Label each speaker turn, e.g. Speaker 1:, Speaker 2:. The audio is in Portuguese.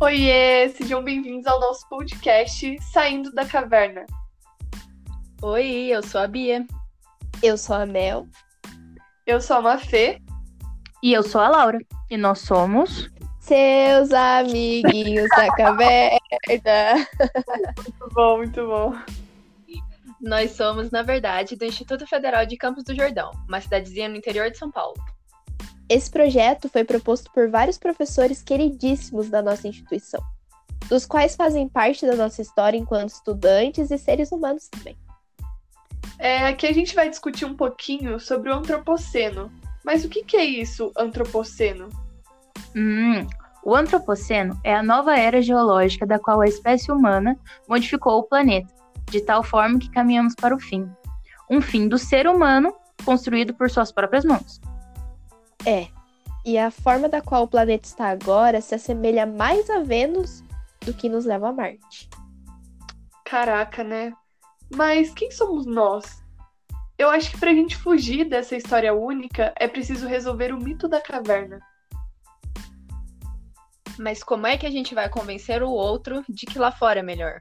Speaker 1: Oiê, sejam bem-vindos ao nosso podcast Saindo da Caverna.
Speaker 2: Oi, eu sou a Bia.
Speaker 3: Eu sou a Mel.
Speaker 1: Eu sou a Mafê.
Speaker 4: E eu sou a Laura. E nós somos.
Speaker 3: Seus amiguinhos da caverna.
Speaker 1: Muito bom, muito bom.
Speaker 2: Nós somos, na verdade, do Instituto Federal de Campos do Jordão, uma cidadezinha no interior de São Paulo.
Speaker 3: Esse projeto foi proposto por vários professores queridíssimos da nossa instituição, dos quais fazem parte da nossa história enquanto estudantes e seres humanos também.
Speaker 1: É, aqui a gente vai discutir um pouquinho sobre o antropoceno. Mas o que, que é isso, antropoceno?
Speaker 4: Hum, o Antropoceno é a nova era geológica da qual a espécie humana modificou o planeta, de tal forma que caminhamos para o fim. Um fim do ser humano construído por suas próprias mãos.
Speaker 3: É, e a forma da qual o planeta está agora se assemelha mais a Vênus do que nos leva a Marte.
Speaker 1: Caraca, né? Mas quem somos nós? Eu acho que pra gente fugir dessa história única é preciso resolver o mito da caverna.
Speaker 2: Mas como é que a gente vai convencer o outro de que lá fora é melhor?